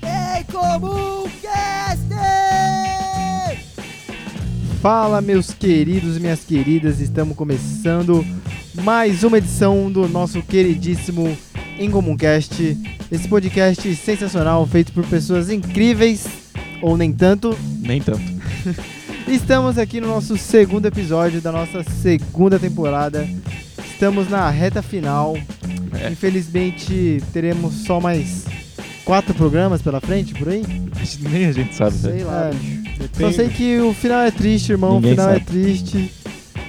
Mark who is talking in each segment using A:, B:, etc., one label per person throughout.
A: Bem Comum Cast!
B: Fala, meus queridos e minhas queridas, estamos começando mais uma edição do nosso queridíssimo Incomuncast, esse podcast sensacional feito por pessoas incríveis, ou nem tanto.
C: Nem tanto.
B: Estamos aqui no nosso segundo episódio da nossa segunda temporada, estamos na reta final.
C: É.
B: Infelizmente, teremos só mais quatro programas pela frente, por aí?
C: Nem a gente sabe, velho.
A: Sei lá,
B: É.
A: bicho.
B: Só sei que o final é triste, irmão.
C: né? Ninguém
B: o final é
C: sabe.
B: triste.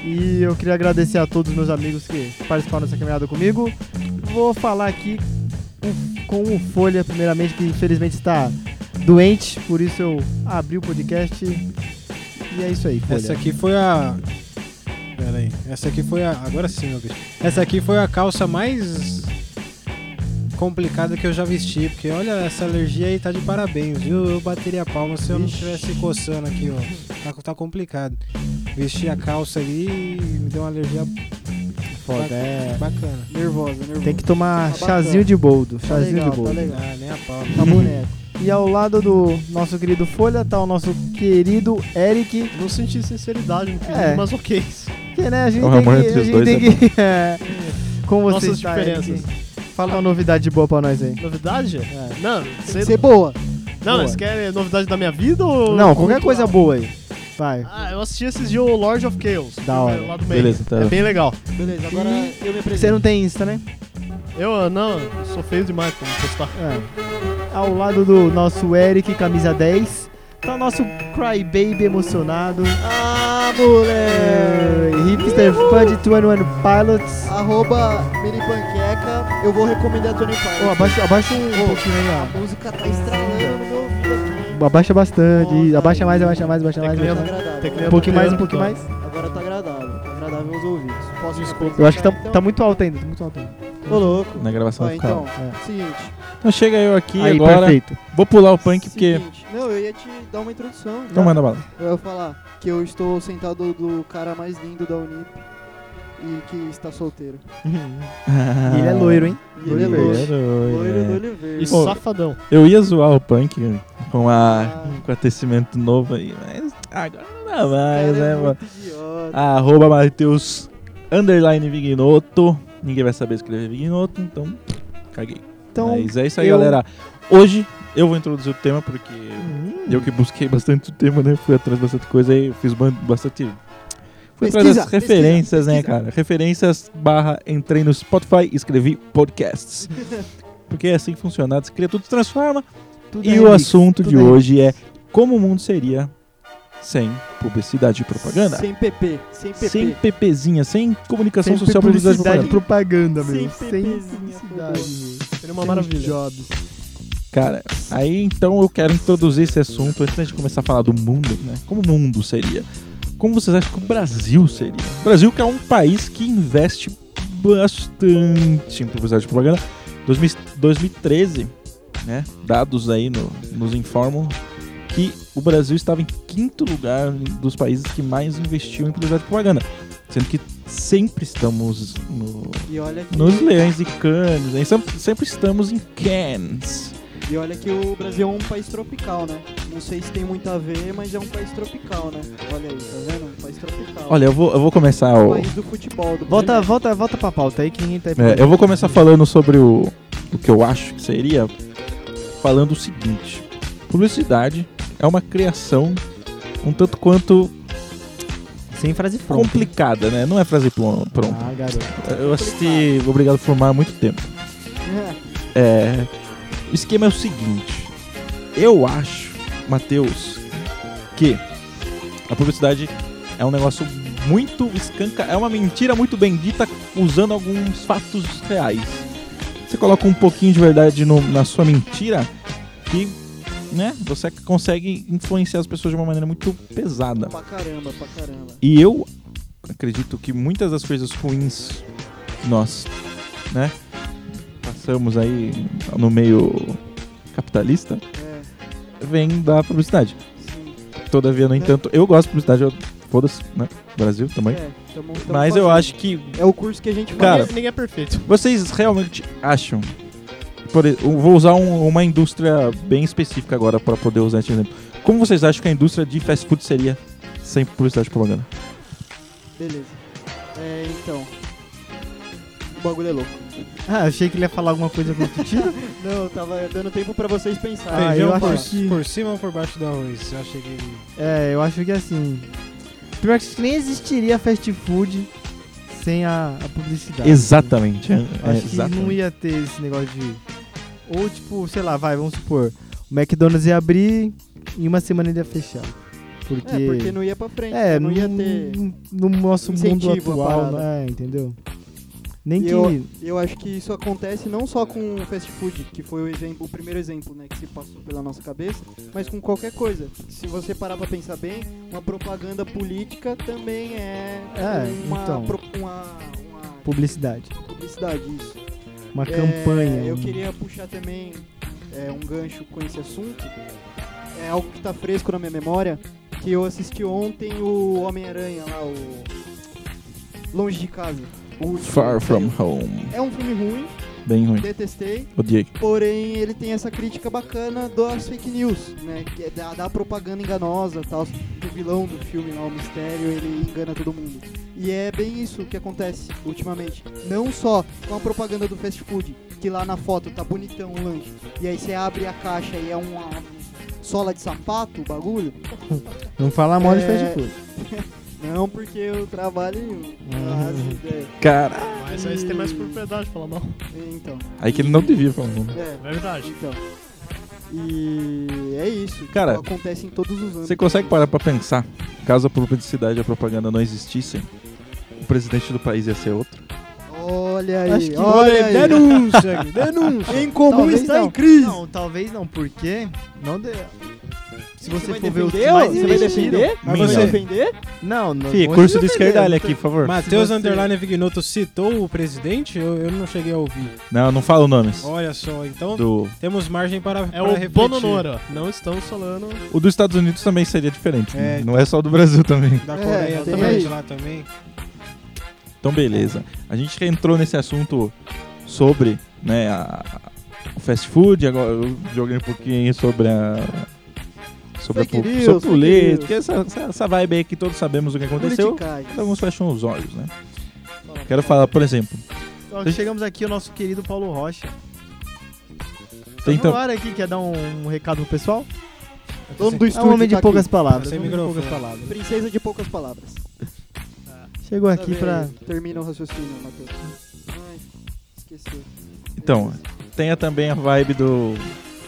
B: E eu queria agradecer a todos os meus amigos que participaram dessa caminhada comigo. Vou falar aqui com- com o Folha, primeiramente, que infelizmente está doente, por isso eu abri o podcast. E é isso aí, Folha.
D: Essa aqui foi a. Pera aí. Essa aqui foi a. Agora sim, meu bicho. Essa aqui foi a calça mais complicada que eu já vesti. Porque olha, essa alergia aí tá de parabéns, viu? Eu bateria a palma se eu não
B: Ixi.
D: estivesse coçando aqui, ó. Tá, tá complicado. Vesti a calça ali e me deu uma alergia
B: Foda, é.
D: bacana.
A: Nervosa, nervosa.
B: Tem que tomar
A: Tá bacana.
B: chazinho de boldo.
A: Tá
B: Chazinho
A: legal,
B: de boldo.
A: Tá legal.
D: Ah, nem a palma.
A: Tá boneco.
B: E ao lado do nosso querido Folha tá o nosso querido Eric.
E: Não senti sinceridade no filme,
B: É.
E: mas ok. isso.
B: Porque, né, a gente
C: O
B: tem que.
C: amor entre
B: A
C: os
B: gente
C: dois
B: tem
C: é
B: que é, como você
E: Nossas
B: está, Eric?
E: diferenças.
B: Fala uma novidade boa pra nós aí.
E: Novidade?
B: É.
E: Não,
A: Tem que
E: sei,
A: ser boa.
B: boa.
E: não, você quer novidade da minha vida ou.
B: Não, qualquer coisa boa aí. Vai.
E: Ah, eu assisti esses dias o Lord of Chaos.
B: Da hora.
E: Lá do meio.
C: Beleza, tá.
E: É bem legal.
A: Beleza, agora eu me
B: Você
A: apresento.
B: não tem Insta, né?
E: Eu ah, não, eu sou feio demais pra me postar.
B: É. Ao lado do nosso Eric, camisa 10, tá o nosso Crybaby emocionado.
A: Ah,
B: É,
A: moleque! Ah,
B: hipster Fud 21 Pilots.
A: Arroba mini panqueca. Eu vou recomendar Tony Parker.
B: Ô, abaixa, abaixa um
A: Ô,
B: pouquinho aí,
A: A música tá estralando no meu ouvido
B: ó. Abaixa bastante.
A: Nossa,
B: abaixa mais, abaixa mais, abaixa mais.
A: aqui.
B: Abaixa
A: Agora tá
B: mais.
A: agradável.
E: Teclado.
B: Um pouquinho mais, um
E: Teclado.
B: pouquinho mais.
A: Agora tá agradável. Tá agradável aos ouvidos. Posso me
E: Desculpa.
B: Eu acho que tá,
A: apresentar,
B: tá muito alto ainda, tá muito alto ainda.
A: então? Ô, louco.
C: Na gravação
A: Ó,
C: do
A: então,
C: carro.
B: É.
A: seguinte.
C: Então chega eu aqui
B: Aí,
C: agora.
B: perfeito.
C: Vou pular o punk porque.
A: seguinte. Não, eu ia te dar uma introdução.
C: Não manda bala.
A: Eu ia falar que eu estou sentado do cara mais lindo da Unip e que está solteiro.
B: E ele é loiro, hein?
A: E ele é
C: Ele
A: loiro.
C: é loiro,
A: Loiro
C: é.
A: do Ah, olho verde.
E: E
C: Pô.
E: safadão.
C: Eu ia zoar o punk com, a,
A: Ah,
C: com o acontecimento novo aí, mas agora não dá mais,
A: cara, é
C: né, mano?
A: muito idiota.
C: Arroba Matheus Underline Vignoto. Ninguém vai saber escrever Vignoto, então caguei.
B: Então.
C: mas é isso aí,
B: eu-
C: galera. Hoje eu vou introduzir o tema porque
B: Hum.
C: eu que busquei bastante o tema, né? Fui atrás de bastante coisa aí, fiz ban- bastante. Fui atrás
A: Pesquisa,
C: das referências,
A: pesquisa,
C: né, cara? Referências barra entrei no Spotify e escrevi podcasts. Porque é assim que funciona, você cria tudo, transforma.
B: Tudo é
C: E o
B: remix,
C: assunto
B: tudo
C: de
B: é
C: hoje é como o mundo seria sem publicidade e propaganda.
A: Sem PP, sem PP.
C: Sem PPzinha, sem comunicação
B: Sem
C: social, publicidade e propaganda.
B: propaganda,
A: Sem
B: meu. Sem
A: PPzinha,
B: publicidade.
E: Seria uma maravilha.
B: Jobs.
C: Cara, aí então eu quero introduzir esse assunto antes da gente começar a falar do mundo, né? Como o mundo seria? Como vocês acham que o Brasil seria? O Brasil que é um país que investe bastante em publicidade e propaganda. 2000 2013, né? Dados aí no- nos informam que o Brasil estava em quinto lugar dos países que mais investiu em publicidade e propaganda. Sendo que sempre estamos no,
A: E olha que,
C: nos leões e canes, né? Sempre- sempre estamos em cans.
A: e olha que o Brasil é um país tropical, né? Não sei se tem muito a ver, mas é um país tropical, né? Olha aí, tá vendo? Um país tropical.
C: Olha, eu vou, eu vou começar
A: o
C: o.
A: país do futebol, do
B: Volta,
A: Brasil.
B: volta, volta pra pauta aí, quem tá aí.
C: é, eu vou começar falando sobre o, o que eu acho que seria. Falando o seguinte: publicidade é uma criação um tanto quanto
B: Sem frase pronta.
C: complicada, né? Não é frase plon- pronta.
B: Ah, garoto.
C: Eu assisti Obrigado por Formar há muito tempo. É, o esquema é o seguinte: eu acho, Matheus, que a publicidade é um negócio muito escanca, é uma mentira muito bem dita usando alguns fatos reais. Você coloca um pouquinho de verdade no- na sua mentira que, né, você consegue influenciar as pessoas de uma maneira muito pesada.
A: Pra caramba, pra caramba.
C: E eu acredito que muitas das coisas ruins que nós, né, passamos aí no meio capitalista,
A: É,
C: vem da publicidade.
A: sim.
C: Todavia, no entanto, eu gosto de publicidade, eu, foda-se, né, Brasil também.
A: É, tamo- tamo
C: Mas eu
A: fazendo.
C: acho que
A: É o curso que a gente
C: Cara,
E: Ninguém- ninguém é perfeito.
C: vocês realmente acham por e- eu vou usar um- uma indústria bem específica agora para poder usar esse exemplo. Como vocês acham que a indústria de fast food seria sem publicidade propaganda?
A: Beleza. É, então. O bagulho é louco.
B: Ah, achei que ele ia falar alguma coisa com sentido.
A: Não, eu tava dando tempo pra vocês pensarem.
B: Ah, eu
D: Feijão por,
B: acho que-
D: por cima ou por baixo do arroz? Eu achei que.
B: É, eu acho que assim. Primeiro que nem existiria fast food sem a, a publicidade.
C: Exatamente. é-
B: Tá. Eu
C: é
B: Acho que
C: exatamente.
B: não ia ter esse negócio de. Ou tipo, sei lá, vai, vamos supor, o McDonald's ia abrir e em uma semana ele ia fechar. Porque.
A: É, porque não ia pra frente.
B: É,
A: não ia ter.
B: No nosso mundo
A: incentivo à
B: atual,
A: parada.
B: né? entendeu? Nem
A: E
B: que.
A: eu- Eu acho que isso acontece não só com o fast food, que foi o, exemplo, o primeiro exemplo né, que se passou pela nossa cabeça, mas com qualquer coisa. Se você parar pra pensar bem, uma propaganda política também é,
B: É,
A: uma,
B: então.
A: pro- uma, uma
B: Publicidade.
A: publicidade. Isso.
B: Uma
A: É,
B: campanha.
A: Eu
B: um-
A: queria puxar também é, um gancho com esse assunto. É algo que tá fresco na minha memória, que eu assisti ontem o Homem-Aranha lá, o Longe de Casa. o último
C: Far
A: que
C: from
A: saiu.
C: home.
A: É um filme ruim,
C: Bem ruim.
A: detestei,
C: Odiei.
A: porém ele tem essa crítica bacana das fake news, né? Que é da, da propaganda enganosa tal. O vilão do filme lá, o mistério, ele engana todo mundo. E é bem isso que acontece ultimamente. Não só com a propaganda do fast food, que lá na foto tá bonitão o lanche, e aí você abre a caixa e é uma sola de sapato o bagulho.
B: Não fala mal de
A: É,
B: fast food.
A: Não, porque eu trabalho em um.
B: Hum.
A: é,
C: Cara,
E: Mas aí você tem mais propriedade pra falar mal.
A: então,
C: aí que ele não devia falar. o nome.
A: é,
E: Verdade.
A: então. E é isso.
C: Cara,
A: acontece em todos os anos.
C: Você consegue parar pra pensar? Caso a publicidade e a propaganda não existissem, o presidente do país ia ser outro.
A: Olha aí,
B: Acho que-
A: olha aí.
D: Denúncia! denúncia!
A: Em comum
B: Talvez
A: está
B: não.
A: em crise.
B: Não, talvez não, porque. Não de... Se você
A: vai
B: for ver o
A: defender, ó? Você vai defender?
C: Mas
A: Você vai
C: você-
A: defender?
B: Não, não.
C: Fih,
B: não
C: curso de
B: defender,
C: esquerda
B: não
C: aqui, por favor.
D: Matheus
B: você-
D: Underline Vignoto citou o presidente? Eu, eu não cheguei a ouvir.
C: Não, não fala nomes.
D: Olha só, então
C: Do...
D: temos margem para.
E: É
D: para
E: o
D: refletir.
E: Bononora. Não estamos falando.
C: O dos Estados Unidos também seria diferente.
D: É.
C: Não é só o do Brasil também.
D: Da
A: É,
D: Coreia
A: tem
D: do Norte
A: aí.
D: lá também.
C: Então, beleza. A gente que entrou nesse assunto sobre né, a- o fast food, agora eu joguei um pouquinho sobre a. Sobre
A: Fake
C: a pu-
A: news,
C: sobre
A: fake
C: política, essa, essa- essa vibe aí que todos sabemos o que aconteceu. Então,
A: Politicais.
C: Alguns fecham os olhos, né? Quero falar, por exemplo,
B: Então, chegamos aqui o nosso querido Paulo Rocha.
C: tem,
B: Então,
C: tam-
B: hora aqui, quer dar um, um recado pro pessoal?
A: Dono
B: É
A: do
B: um
A: estúdio
B: homem de
A: tá aqui.
B: poucas palavras. um
D: Sem
B: homem de
D: microfone.
B: poucas palavras.
A: Princesa de poucas palavras.
B: Chegou
A: Manda
B: aqui
A: ver
B: pra.
A: aí. Termina o raciocínio, Matheus. Ai, esqueci.
C: então, tenha também a vibe do,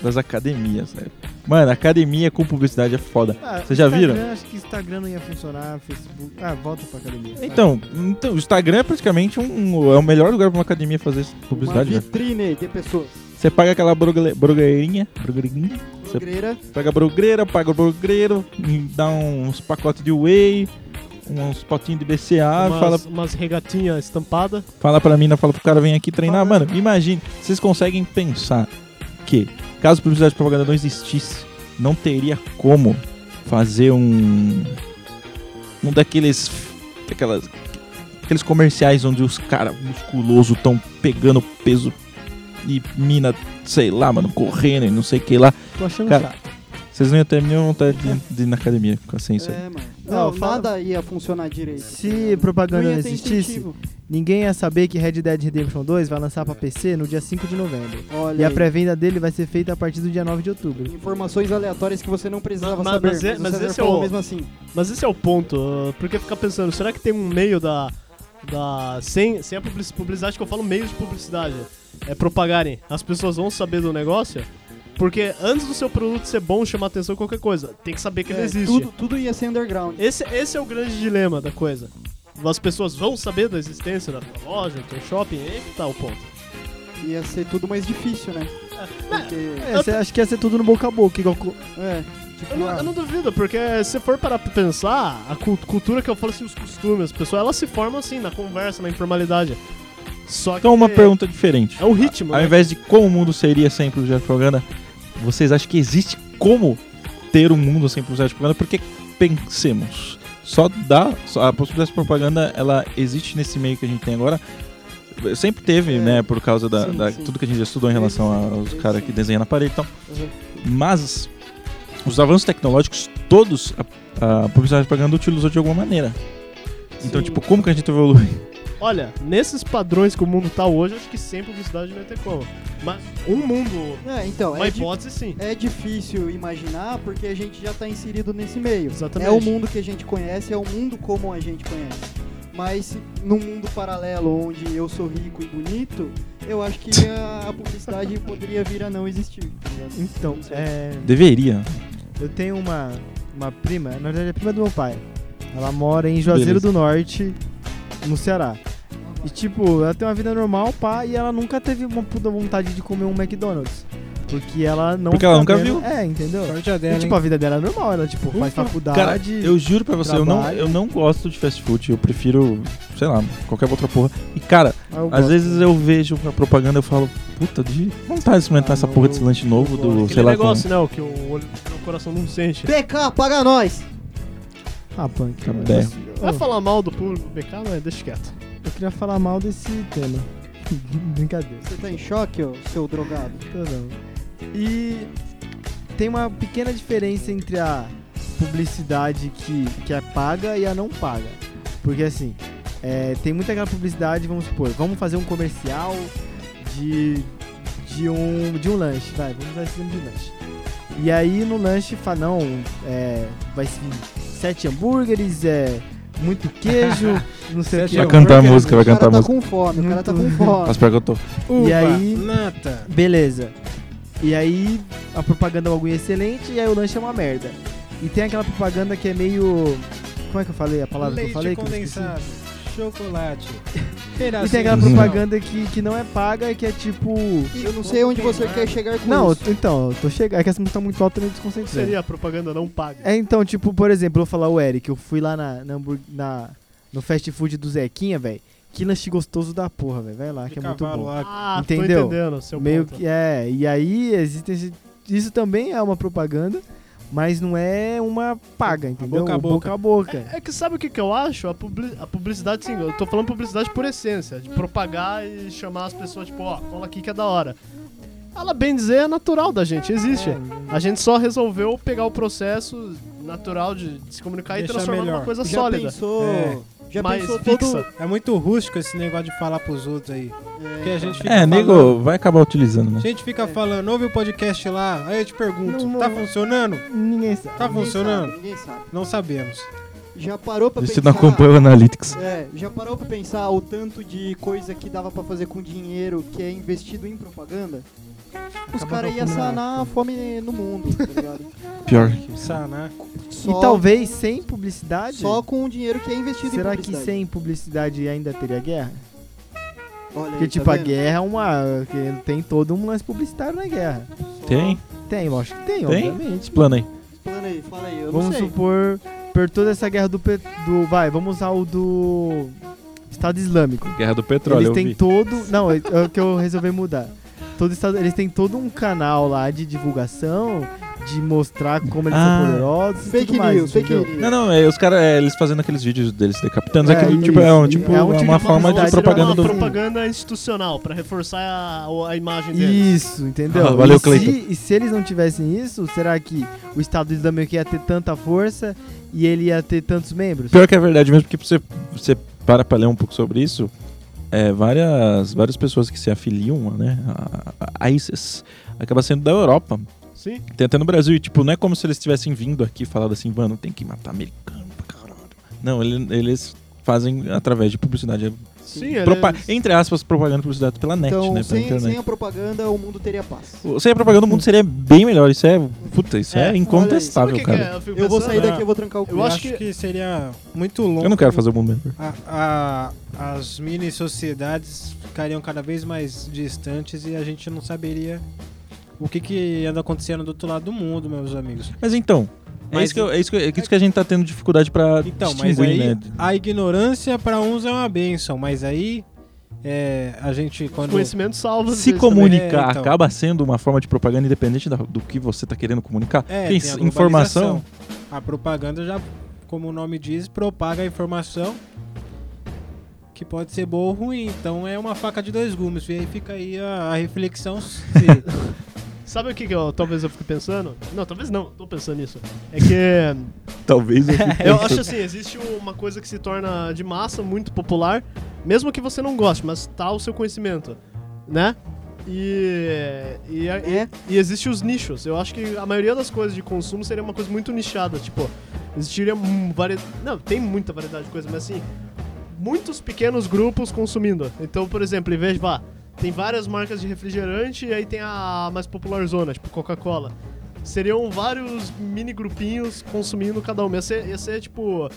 C: das academias, né? Mano, academia com publicidade é foda.
B: Ah,
C: Vocês já
B: Instagram,
C: viram?
B: Acho que Instagram não ia funcionar, Facebook. Ah, volta pra academia.
C: Então, então, o Instagram é praticamente um, é o melhor lugar pra uma academia fazer
A: Uma
C: publicidade,
B: né?
C: né? velho.
A: vitrine de pessoas.
C: Você paga aquela brogle- brogueirinha, brogueirinha,
B: é-
C: Você-
A: Negreira,
C: Pega a brogueira, paga o brogueiro, hum, dá uns pacotes de whey, uns potinhos de BCA,
E: umas,
C: Ah, fala,
E: umas regatinhas estampadas.
C: fala pra mina, fala pro cara, vem aqui treinar. Mano, imagine, vocês conseguem pensar que, caso a publicidade de propaganda não existisse, não teria como fazer um. Um daqueles. Daquelas, aqueles comerciais onde os caras musculosos estão pegando peso e mina, sei lá, mano, correndo e não sei o que lá.
B: Tô achando
C: Cara,
B: chato.
C: Vocês não iam ter nenhuma vontade de, de ir na academia ficar sem isso aí.
A: É, mano.
B: Não,
A: Não,
B: fala-
A: nada ia funcionar direito.
B: Se
A: Não
B: propaganda não
A: ia ter
B: existisse,
A: incentivo.
B: ninguém ia saber que Red Dead Redemption 2 vai lançar pra PC no dia 5 de novembro.
A: Olha
B: E a
A: aí.
B: pré-venda dele vai ser feita a partir do dia 9 de outubro.
A: Informações aleatórias que você não precisava
E: Mas-
A: saber.
E: mas é-
A: o
E: mas
A: César
E: esse é
A: falou
E: o-
A: mesmo assim.
E: Mas esse é o ponto. uh, Porque ficar pensando, será que tem um meio da. da sem, sem a publici- publicidade que eu falo, meio de publicidade. É propagarem. As pessoas vão saber do negócio. Porque antes do seu produto ser bom, chamar atenção qualquer coisa, tem que saber que ele
A: É,
E: existe.
A: Tudo, tudo ia ser underground.
E: Esse, esse é o grande dilema da coisa. As pessoas vão saber da existência da tua loja, do teu shopping, aí que tá o ponto.
A: Ia ser tudo mais difícil, né? Porque...
B: É, você acha que ia ser tudo no boca a boca, igual. co-
A: É.
C: Tipo,
E: Eu
C: ah.
E: não, eu não duvido, porque se for parar pra pensar, a cu- cultura que eu falo assim, os costumes, as pessoas, elas se formam assim, na conversa, na informalidade. Só que.
C: Então, uma pergunta diferente.
E: É um ritmo,
C: Ao
E: né?
C: invés de como o mundo seria sem publicidade de propaganda, vocês acham que existe como ter um mundo sem publicidade de propaganda? Porque pensemos, só dá. só- a possibilidade de propaganda ela existe nesse meio que a gente tem agora Sempre teve,
A: É.
C: né? Por causa da,
A: Sim,
C: da-
A: sim.
C: tudo que a gente já estudou em relação
A: Teve sim,
C: aos
A: teve
C: caras
A: sim.
C: que desenham na parede e tal.
A: Uhum.
C: Mas os avanços tecnológicos, todos a, a publicidade pagando utilizou de alguma maneira. Então,
A: Sim.
C: tipo, como que a gente evolui?
E: Olha, nesses padrões que o mundo tá hoje, acho que sem publicidade não vai ter como. Mas um mundo,
A: É, então,
E: uma
A: é, di-
E: hipótese sim.
A: é difícil imaginar porque a gente já está inserido nesse meio.
E: Exatamente.
A: É o mundo que a gente conhece, é o mundo como a gente conhece. Mas se- num mundo paralelo onde eu sou rico e bonito, eu acho que a, a publicidade poderia vir a não existir. tá ligado?
B: Então,
A: Não sei.
B: é,
C: Deveria.
B: eu tenho uma, uma prima, na verdade é prima do meu pai. Ela mora em Juazeiro
C: Beleza.
B: do Norte, no Ceará. E tipo, ela tem uma vida normal, pá, e ela nunca teve uma puta vontade de comer um McDonald's. Porque ela não.
C: Porque ela
B: tá
C: nunca
B: vendo-
C: viu.
B: É, entendeu?
D: Sorte a
B: E,
D: dela,
B: tipo,
D: hein?
B: a vida dela é normal, ela tipo faz
C: Ufa.
B: faculdade.
C: Cara, eu juro pra você, eu não,
B: trabalho.
C: eu não gosto de fast food. Eu prefiro, sei lá, qualquer outra porra. E, cara,
B: Ah, eu
C: às
B: gosto.
C: vezes eu vejo a propaganda e eu falo, puta, de vontade de experimentar
B: Ah,
C: essa
B: não,
C: porra
B: eu-
C: desse lanche novo
B: eu
C: do,
E: Aquele
C: sei lá, como.
E: negócio, né? O que o olho o coração não sente.
A: BK, paga nós!
B: Ah, punk.
C: Tá
B: eu-
C: bem.
B: eu-
E: Vai falar mal do público do BK, mas deixa quieto.
B: Eu queria falar mal desse tema. Brincadeira,
A: Você tá em choque, ô, seu drogado?
B: tô não. E tem uma pequena diferença entre a publicidade que, que é paga e a não paga. Porque assim, é, tem muita aquela publicidade, vamos supor, vamos fazer um comercial de, de, um, de um lanche, vai, vamos usar esse exemplo de lanche. E aí no lanche fala, não, é, vai ser sete hambúrgueres, é, muito queijo, não sei o
D: Sete
B: que.
C: Vai cantar a música, vai
A: O
C: cantar
A: cara
C: a música.
A: tá com fome, o cara tá com
B: Muito.
A: fome.
C: Mas pior que eu tô.
B: e aí-
D: Nata.
B: Beleza. E aí a propaganda é um bagulho excelente e aí o lanche é uma merda. E tem aquela propaganda que é meio. Como é que eu falei a palavra que
D: Leite
B: eu falei? que eu
D: condensado. Chocolate.
B: esqueci? E tem aquela propaganda que, que não é paga e que é tipo.
A: Eu não sei onde você quer chegar com
B: Não, eu
A: isso.
B: tô- então, eu tô chegando. É que essa música tá muito alta e eu me
E: O que
B: desconcentrei.
E: seria a propaganda não paga?
B: É, então, tipo, por exemplo, eu vou falar, o Eric, eu fui lá na, na, hambur- na- no fast food do Zequinha, velho. Que lanche gostoso da porra, velho. Vai lá, que é muito bom.
E: Ah,
B: Entendeu?
E: tô entendendo o seu
B: meio
E: ponto.
B: que é e aí existe esse- isso também é uma propaganda mas não é uma paga entendeu
D: boca a
B: O boca a boca
E: É que sabe o que, que eu acho? A, publi- a publicidade, sim, eu tô falando publicidade por essência, de propagar e chamar as pessoas, tipo, ó, cola aqui que é da hora. Ela, bem dizer, é natural da gente, existe. A gente só resolveu pegar o processo natural de, de se comunicar
D: Deixar
E: e transformar
D: melhor.
E: numa coisa
A: Já
E: sólida.
A: pensou,
D: É.
A: já
E: mais
A: pensou
E: fixa.
A: todo...
D: É muito rústico esse negócio de falar pros outros aí. Porque a gente fica
C: É,
D: falando-
C: nego, vai acabar utilizando, né?
D: A gente fica falando, ouve o podcast lá, aí eu te pergunto,
B: Não,
D: tá
B: não.
D: funcionando?
B: ninguém sabe
D: Tá
A: Ninguém
D: funcionando?
A: sabe, Ninguém sabe.
D: Não sabemos.
A: Já parou pra
C: Você
A: pensar...
C: não acompanha o Analytics.
A: É, já parou pra pensar o tanto de coisa que dava pra fazer com dinheiro que é investido em propaganda? Os
B: Acabava
A: caras iam
B: com nada.
A: sanar a fome no mundo, tá ligado?
C: Pior.
D: Sanar.
A: Só,
B: e talvez sem publicidade
A: Só com o dinheiro que é investido
B: será
A: em
B: que
A: publicidade.
B: sem publicidade ainda teria guerra
A: Olha aí,
B: porque
A: tá
B: tipo a
A: vendo?
B: guerra é uma que tem todo um lance publicitário na guerra
C: Tem?
B: tem eu acho que tem,
C: Tem?
B: obviamente
C: Explana aí.
A: Fala aí, fala aí, eu
B: vamos
A: não sei.
B: supor por toda essa guerra do pet- do vai vamos usar o do Estado Islâmico
C: Guerra do Petróleo,
B: eles
C: eu
B: têm
C: vi.
B: todo. Não, é é o que eu resolvi mudar. Todo estado, eles têm todo um canal lá de divulgação, de mostrar como eles
C: Ah.
B: são poderosos. e
A: Fake
B: tudo mais,
A: news, fake
B: entendeu?
A: news.
C: Não, não, é, os caras, é, eles fazendo aqueles vídeos deles decapitando,
B: É,
C: aquilo,
B: isso,
C: tipo, é, um,
B: isso.
C: tipo,
B: É
C: é
B: um tipo de
C: uma forma de
E: Seria
C: propaganda
E: uma
C: do...
E: propaganda institucional, pra reforçar a, a imagem dele.
B: Isso, entendeu?
C: Ah, valeu,
B: e,
C: Cleiton.
B: se, e se eles não tivessem isso, será que o Estado Islâmico ia ter tanta força e ele ia ter tantos membros?
C: Pior que é verdade mesmo, porque você, você para pra ler um pouco sobre isso, é, várias, várias pessoas que se afiliam né, a, a- a ISIS acaba sendo da Europa.
E: Sim?
C: Tem até no Brasil, e tipo, não é como se eles estivessem vindo aqui e falando assim, mano, tem que matar americano pra caralho. Não, ele- eles fazem através de publicidade.
E: Sim, ele- é
C: Propa- Entre aspas, propaganda publicidade pela net,
A: Então,
C: né? Pela
A: sem,
C: internet.
A: sem a propaganda, o mundo teria paz.
C: Sem a propaganda, o mundo seria bem melhor. Isso é. Puta, isso
E: É,
C: é,
E: olha Sabe o
C: incontestável,
E: que, que
C: cara.
E: é? fico
A: Eu vou
E: pensando,
A: sair
D: né?
A: daqui, eu vou trancar o cu.
E: Eu acho
D: acho
E: que-
D: que... seria muito longo.
C: Eu não quero
E: um
C: fazer o mundo melhor.
D: A- a- as mini sociedades ficariam cada vez mais distantes e a gente não saberia o que, que anda acontecendo do outro lado do mundo, meus amigos.
C: Mas então. é,
D: Mas-
C: isso que eu- é, isso que, eu- é isso que a gente tá tendo dificuldade pra
D: Então, mas
C: distinguir,
D: aí
C: né?
D: a ignorância para uns é uma bênção, mas aí é, a gente quando
E: Conhecimento salva. às
C: Se
E: vezes, também.
C: comunicar
D: É, então.
C: acaba sendo uma forma de propaganda independente da- do que você tá querendo comunicar.
D: é,
C: Porque
D: tem a
C: isso- informação.
D: globalização. A propaganda já, como o nome diz, propaga a informação que que pode ser boa ou ruim. Então é uma faca de dois gumes. E aí fica aí a, a reflexão se
E: Sabe o que, que eu, talvez eu fique pensando? Não, talvez não, tô pensando nisso. É que
C: Talvez eu
D: É,
C: fique
E: eu acho assim, existe uma coisa que se torna de massa, muito popular, mesmo que você não goste, mas tá o seu conhecimento, né? E, e, a-
A: É.
E: e existe os nichos. Eu acho que a maioria das coisas de consumo seria uma coisa muito nichada, tipo, existiria um vari... Não, tem muita variedade de coisa, mas assim, muitos pequenos grupos consumindo. Então, por exemplo, em vez de, vá, tem várias marcas de refrigerante e aí tem a mais popular zona, tipo Coca-Cola. Seriam vários mini grupinhos consumindo cada uma. Ia ser, ia ser tipo.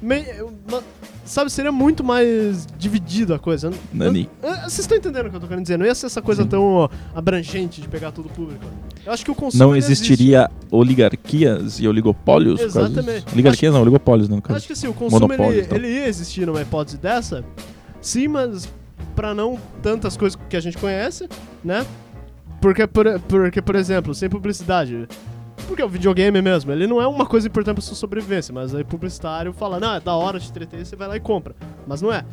E: me- uma- sabe, seria muito mais dividida a coisa.
C: Nani.
E: Eu- eu- Vocês estão entendendo o que eu tô querendo dizer? Não ia ser essa coisa tão ah, abrangente de pegar todo o público. Eu acho que o consumo.
C: Não
E: ele existe.
C: existiria oligarquias e oligopólios? por causa disso?
E: Exatamente.
C: Oligarquias não, oligopólios, não.
E: Eu
C: Caso.
E: Acho que assim, o consumo ele,
C: Monopólio, então.
E: ele ia existir numa hipótese dessa. Sim, mas pra não tantas coisas que a gente conhece, né? Porque, por, porque, por exemplo, sem publicidade. Porque é o videogame mesmo, ele não é uma coisa importante pra sua sobrevivência, mas aí publicitário fala, não, é da hora de treter, você vai lá e compra. Mas não é.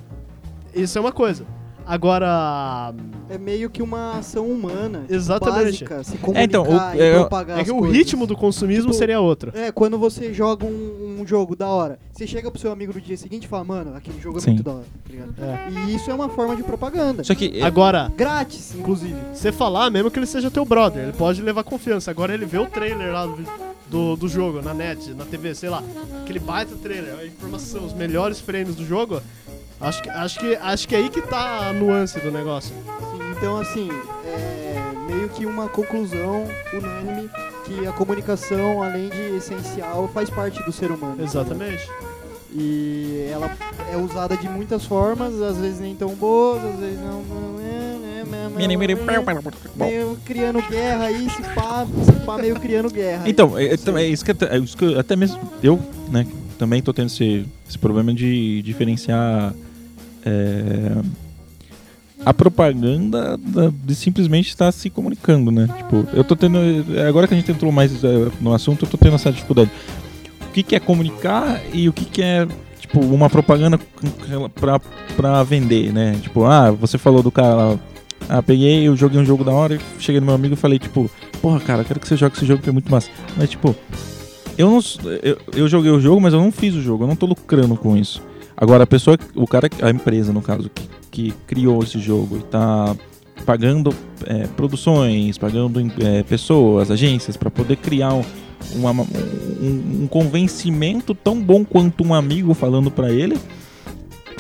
E: Isso é uma coisa. Agora.
A: É meio que uma ação humana. tipo,
E: Exatamente.
A: Básica, se
C: É, então,
A: comunicar
C: o-
A: e
C: é,
A: propagar
E: É que
A: as
E: o
A: coisas.
E: ritmo do consumismo
A: Tipo,
E: seria outro.
A: É, quando você joga um, um jogo da hora, você chega pro seu amigo no dia seguinte e fala, mano, aquele jogo é
C: Sim.
A: muito da hora, tá ligado? E isso é uma forma de propaganda.
C: Só que
E: Agora,
A: Grátis, inclusive.
E: você falar, mesmo que ele seja teu brother, ele pode levar confiança. Agora ele vê o trailer lá do, do, do jogo, na net, na TV, sei lá. Aquele baita trailer, a informação, os melhores frames do jogo. Acho que, acho, que, acho que é aí que tá a nuance do negócio.
A: Sim, então, assim, é meio que uma conclusão unânime que a comunicação, além de essencial, faz parte do ser humano.
E: Exatamente.
A: E ela é usada de muitas formas, às vezes nem tão boas, às vezes não. não é,
C: Mini, mini,
A: é, é,
C: Bom.
A: Meio criando guerra aí, se pá, se pá meio criando guerra. aí.
C: Então, é, é, também, é isso que, é isso que eu- até mesmo eu, né, também tô tendo esse, esse problema de diferenciar é, a propaganda da- de simplesmente estar se comunicando, né? Tipo, eu tô tendo. é, Agora que a gente entrou mais é, no assunto, eu tô tendo essa dificuldade. O que, que é comunicar e o que, que é, tipo, uma propaganda com- pra, pra vender, né? Tipo, ah, você falou do cara lá. Ah, peguei, eu joguei um jogo da hora, cheguei no meu amigo e falei, tipo, porra, cara, eu quero que você jogue esse jogo que é muito massa. Mas, tipo, eu não. s- Eu, eu joguei o jogo, mas eu não fiz o jogo, eu não tô lucrando com isso. Agora, a pessoa. O cara. A empresa, no caso, que, que criou esse jogo e tá pagando é, produções, pagando é, pessoas, agências, pra poder criar um, uma- um, um convencimento tão bom quanto um amigo falando pra ele.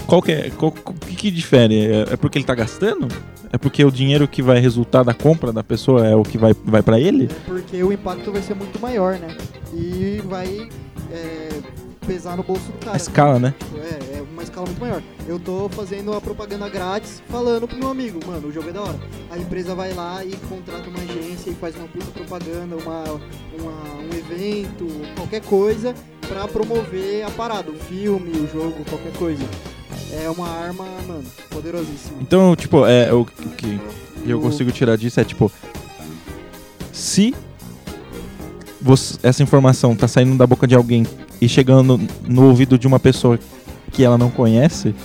C: Qual que é. qual- o que, que difere? É, é porque ele tá gastando? É porque o dinheiro que vai resultar da compra da pessoa é o que vai, vai para ele?
A: É Porque o impacto vai ser muito maior, né? E vai é, pesar no bolso do
C: A
A: cara.
C: escala, né?
A: Tipo, É, é uma escala muito maior. Eu tô fazendo a propaganda grátis, falando pro meu amigo, mano, o jogo é da hora. A empresa vai lá e contrata uma agência e faz uma puta propaganda, uma, uma- um evento, qualquer coisa, pra promover a parada, o filme, o jogo, qualquer coisa. É uma arma, mano, poderosíssima.
C: Então, tipo, é o que eu consigo tirar disso é tipo se você- essa informação tá saindo da boca de alguém e chegando no ouvido de uma pessoa que ela não conhece,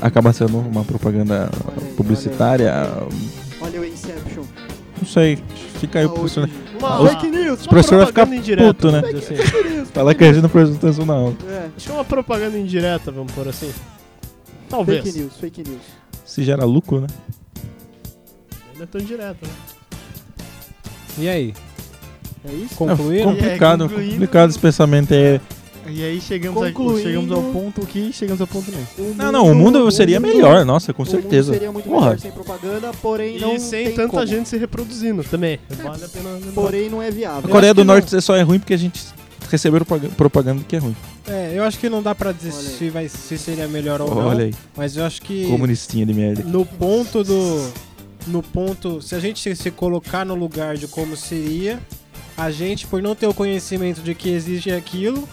C: acaba sendo uma propaganda
A: Olha aí,
C: publicitária,
A: Olha o Inception. Tá
C: não sei, fica aí o
A: A
C: professor.
A: origem.
E: Uma,
C: Os-
E: fake news,
A: é
C: Os professores vão ficar puto, né?
E: assim.
C: Falar que a gente não apresentou isso não.
A: É,
E: Acho que é uma propaganda indireta, vamos por assim.
A: fake
E: Talvez.
A: news, fake news.
C: Se gera lucro, né?
E: Não é tão indireta, né?
D: E aí?
A: É isso?
C: É
D: Concluíram?
C: complicado,
B: É, concluindo-
C: complicado esse pensamento aí.
B: E aí chegamos, a-
A: Concluindo-
B: chegamos ao ponto que chegamos ao ponto mesmo.
A: O
C: Não, não, o mundo seria
A: mundo-
C: melhor, nossa, com
A: o mundo
C: certeza.
A: seria muito
C: Porra.
A: melhor sem propaganda, porém não
E: E sem
A: tem
E: tanta
A: como.
E: gente se reproduzindo também. Vale a pena lembrar.
A: Porém não é
C: A
A: viável.
C: Coreia do
D: que não.
C: Norte só é ruim porque a gente recebeu propaga- propaganda que é ruim.
D: É, eu acho que não dá pra dizer
A: Olha aí.
D: se, vai, se seria melhor ou não.
C: Olha aí,
D: Mas eu acho que
C: comunistinha de merda.
D: no ponto do. No ponto. Se a gente se colocar no lugar de como seria, a gente, por não ter o conhecimento de que existe aquilo,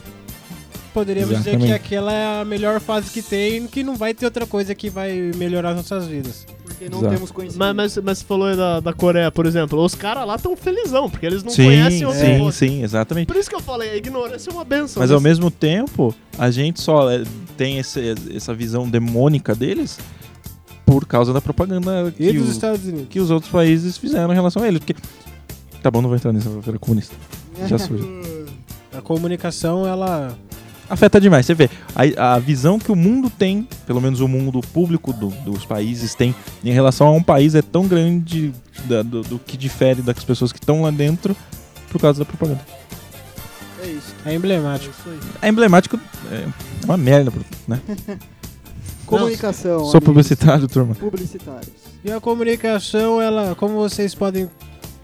D: poderíamos dizer que
C: Exatamente.
D: aquela é a melhor fase que tem, que não vai ter outra coisa que vai melhorar nossas vidas.
A: Porque não
C: Exato.
A: temos
E: Mas,
A: conhecimento.
E: mas, mas você falou aí da, da Coreia, por exemplo. Os caras lá tão felizão, porque eles não
C: Sim,
E: conhecem outra
C: sim,
E: coisa.
C: sim, exatamente.
E: Por isso que eu falei, a ignorância é uma benção.
C: Mas ao mesmo tempo, a gente só é, tem esse- essa visão demônica deles por causa da propaganda
D: E
C: que,
D: dos
C: o-
D: Estados Unidos.
C: que os outros países fizeram em relação a eles. Porque... Tá bom, não vou entrar nisso, era comunista. Já surgiu.
D: A comunicação, ela.
C: Afeta demais, você vê. A, a visão que o mundo tem, pelo menos o mundo público do- dos países tem, em relação a um país é tão grande da- do, do que difere das pessoas que estão lá dentro por causa da propaganda.
A: É isso.
D: É
E: É
D: emblemático.
E: isso aí.
C: É emblemático, é uma merda, né?
A: Comunicação.
C: Sou
A: amigos.
C: publicitário, turma.
A: Publicitários.
D: E a comunicação, ela, como vocês podem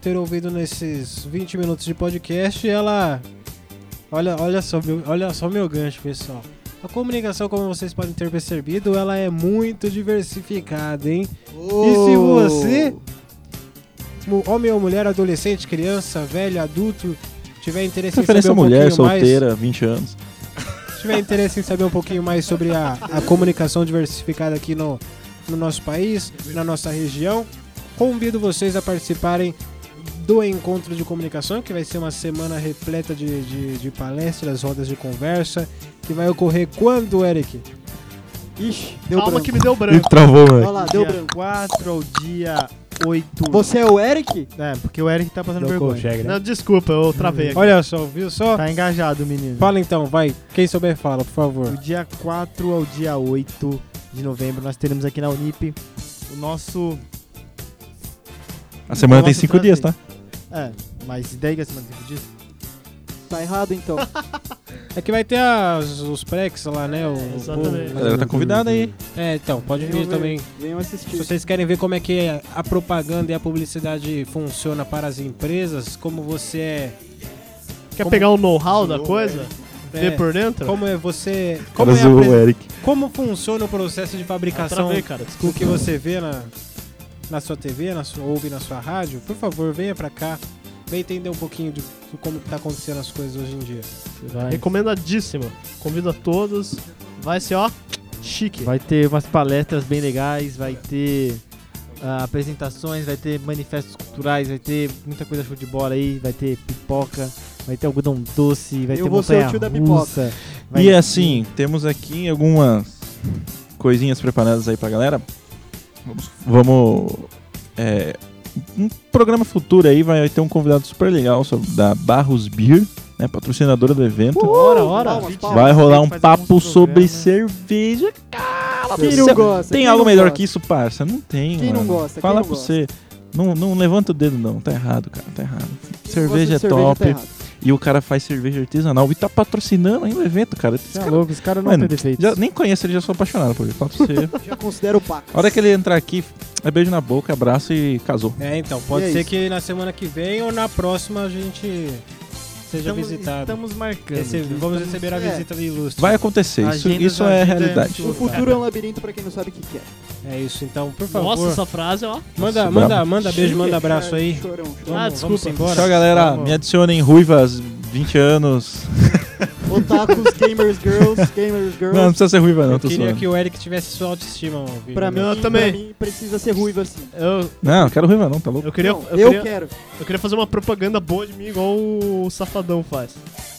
D: ter ouvido nesses 20 minutos de podcast, ela. Olha, olha, só, meu, olha só meu gancho, pessoal. A comunicação, como vocês podem ter percebido, ela é muito diversificada, hein? se você- Mu- Homem ou mulher, adolescente, criança, velho, adulto, tiver interesse em saber
C: Preferência
D: um
C: mulher,
D: pouquinho mais-
C: solteira, 20 anos.
D: Se tiver interesse em saber um pouquinho mais sobre a, a comunicação diversificada aqui no, no nosso país, na nossa região, convido vocês a participarem do Encontro de Comunicação, que vai ser uma semana repleta de, de, de palestras, rodas de conversa, que vai ocorrer quando, Eric?
A: Ixi, deu
E: Calma
A: branco.
E: que me é. deu branco.
C: Ih, travou,
A: Olha
C: moleque.
A: lá, deu
E: Dia
A: branco.
E: 4 ou dia 8.
A: Você é o Eric?
E: É, porque o Eric tá passando
B: Não
E: vergonha.
B: consegue, né?
E: Não, desculpa, eu travei aqui.
D: Olha só, viu só?
B: Tá engajado, menino.
D: Fala então, vai. Quem souber, fala, por
B: Do
D: favor.
B: dia 4 ao dia 8 de novembro, nós teremos aqui na Unip o nosso.
C: A semana tem
B: Nossa,
D: né,
C: 5 dias, tá?
B: É, mas ideia que a semana tem disso?
A: Tá errado então.
D: É que vai ter as- os prex lá, né? O,
E: exatamente.
C: A galera tá convidada aí.
D: o- é, então, pode vir também.
A: Venham assistir.
D: Se vocês querem ver como é que a propaganda e a publicidade funciona para as empresas, como você é,
E: Quer
D: Como-
E: pegar o know-how da coisa? Ver
D: é,
E: por dentro?
D: como é você, como, é a
C: zoou o
D: pre-
C: Eric.
D: como funciona o processo de
E: Eu
D: fabricação
E: travei, cara. Desculpa.
D: do que você vê na, na sua TV, na sua, ouve na sua rádio. Por favor, venha para cá, venha entender um pouquinho de como está acontecendo as coisas hoje em dia.
B: Vai.
E: Recomendadíssimo. Convido a todos. Vai ser, ó, chique.
B: vai ter umas palestras bem legais, vai ter ah, apresentações, vai ter manifestos culturais, vai ter muita coisa show de bola aí, vai ter pipoca, vai ter algodão doce, vai
A: Eu
B: ter
A: vou ser o
B: montanha
A: tio da
B: russa. vai-
C: E assim, temos aqui algumas coisinhas preparadas aí pra galera. Vamos. vamos é, um programa futuro aí vai ter um convidado super legal sobre- da Barros Beer, né, patrocinadora do evento.
B: Ora, ora.
A: Palmas, palmas.
C: Vai rolar
B: tem
C: um
B: que fazer alguns
C: papo sobre
B: programas.
C: cerveja. Cala
A: Quem
C: do
A: não
C: céu.
A: gosta?
C: Tem
A: Quem
C: algo
A: não
C: melhor
A: gosta?
C: que isso, parça? Não tem,
A: Quem não
C: mano.
A: gosta? Quem
C: Fala
A: não
C: pra
A: gosta?
C: você. Não, não levanta o dedo, não. Tá errado, cara. Tá errado.
A: Quem gosta
C: Cerveja
A: de
C: é top.
A: tá errado.
C: e o cara faz cerveja artesanal e tá patrocinando ainda o evento, cara. Esse
B: Você é
A: Tá
C: cara-
B: louco, os caras não
C: Mano,
B: têm defeitos.
C: já, nem conheço ele, já sou apaixonado por ele. Fala pra você.
A: Já considero o Paco.
C: A hora que ele entrar aqui, é beijo na boca, abraço e casou.
D: É, então, pode
A: E é
D: ser
A: isso.
D: que na semana que vem ou na próxima a gente seja
B: Estamos-
D: visitado.
B: Estamos marcando.
D: Recebe- vamos receber a
A: é.
D: visita do ilustre.
C: Vai acontecer, isso,
B: Agendas,
C: isso é
B: agendas,
C: realidade.
A: O futuro é um labirinto pra quem não sabe o que que é.
D: É isso, então, por favor.
E: Nossa, essa frase, ó.
D: Manda,
C: Nossa,
D: manda,
C: brabo.
D: manda beijo, manda abraço aí.
A: Chorão, chorão.
E: Ah,
D: Vamos, vamos
E: desculpa.
D: embora.
C: Tchau, galera.
D: Vamos.
C: Me adicionem ruivas, 20 anos.
A: Otakus, gamers, girls, gamers, girls.
C: Não, não precisa ser ruiva, não.
D: Eu
C: Tô
D: queria
C: zoando.
D: que o Eric tivesse sua autoestima, mano.
A: pra, mim,
E: Eu
A: pra
E: também.
A: mim, precisa ser ruivo assim.
E: Eu,
C: Não, não quero ruiva, não, tá louco?
E: eu queria,
A: Não,
E: eu, queria,
A: quero.
E: eu queria fazer uma propaganda boa de mim, igual o Safadão faz.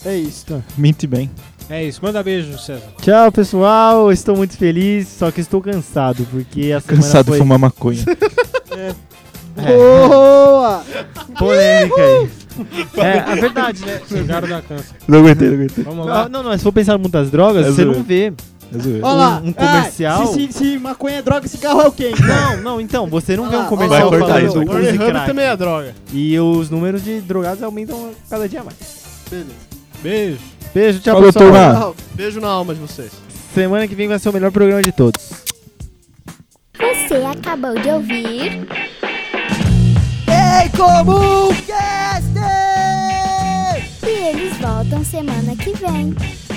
A: É isso.
C: Mente bem.
D: É isso, manda beijo, César.
B: Tchau, pessoal. Estou muito feliz, só que estou cansado, porque a semana
C: Cansado
B: foi
C: de fumar maconha.
A: Boa!
B: polêmica aí. É, a verdade, né?
D: Chegaram da cansa.
C: Não aguentei, não aguentei.
D: Vamos lá.
B: Não, não, não, se for pensar no mundo das drogas,
C: É
B: você
C: zoeira.
B: não vê.
C: É zoeira.
A: Olha lá.
B: Um- um comercial?
A: Ah, se, se- se maconha é droga, cigarro é o quê?
B: Não, não, então, você não vê um
A: Vai
B: comercial
C: cortar isso
B: falando
C: aqui.
B: use
E: Pornhub
B: crack.
E: também é droga.
B: E os números de drogados aumentam cada dia mais.
A: Beleza.
D: Beijo.
B: Beijo, tchau,
C: Falou,
B: pessoal.
C: turma.
A: Tchau.
E: Beijo na alma de vocês.
B: Semana que vem vai ser o melhor programa de todos.
F: Você acabou de ouvir.
A: Em comum, cast!
F: E eles voltam semana que vem.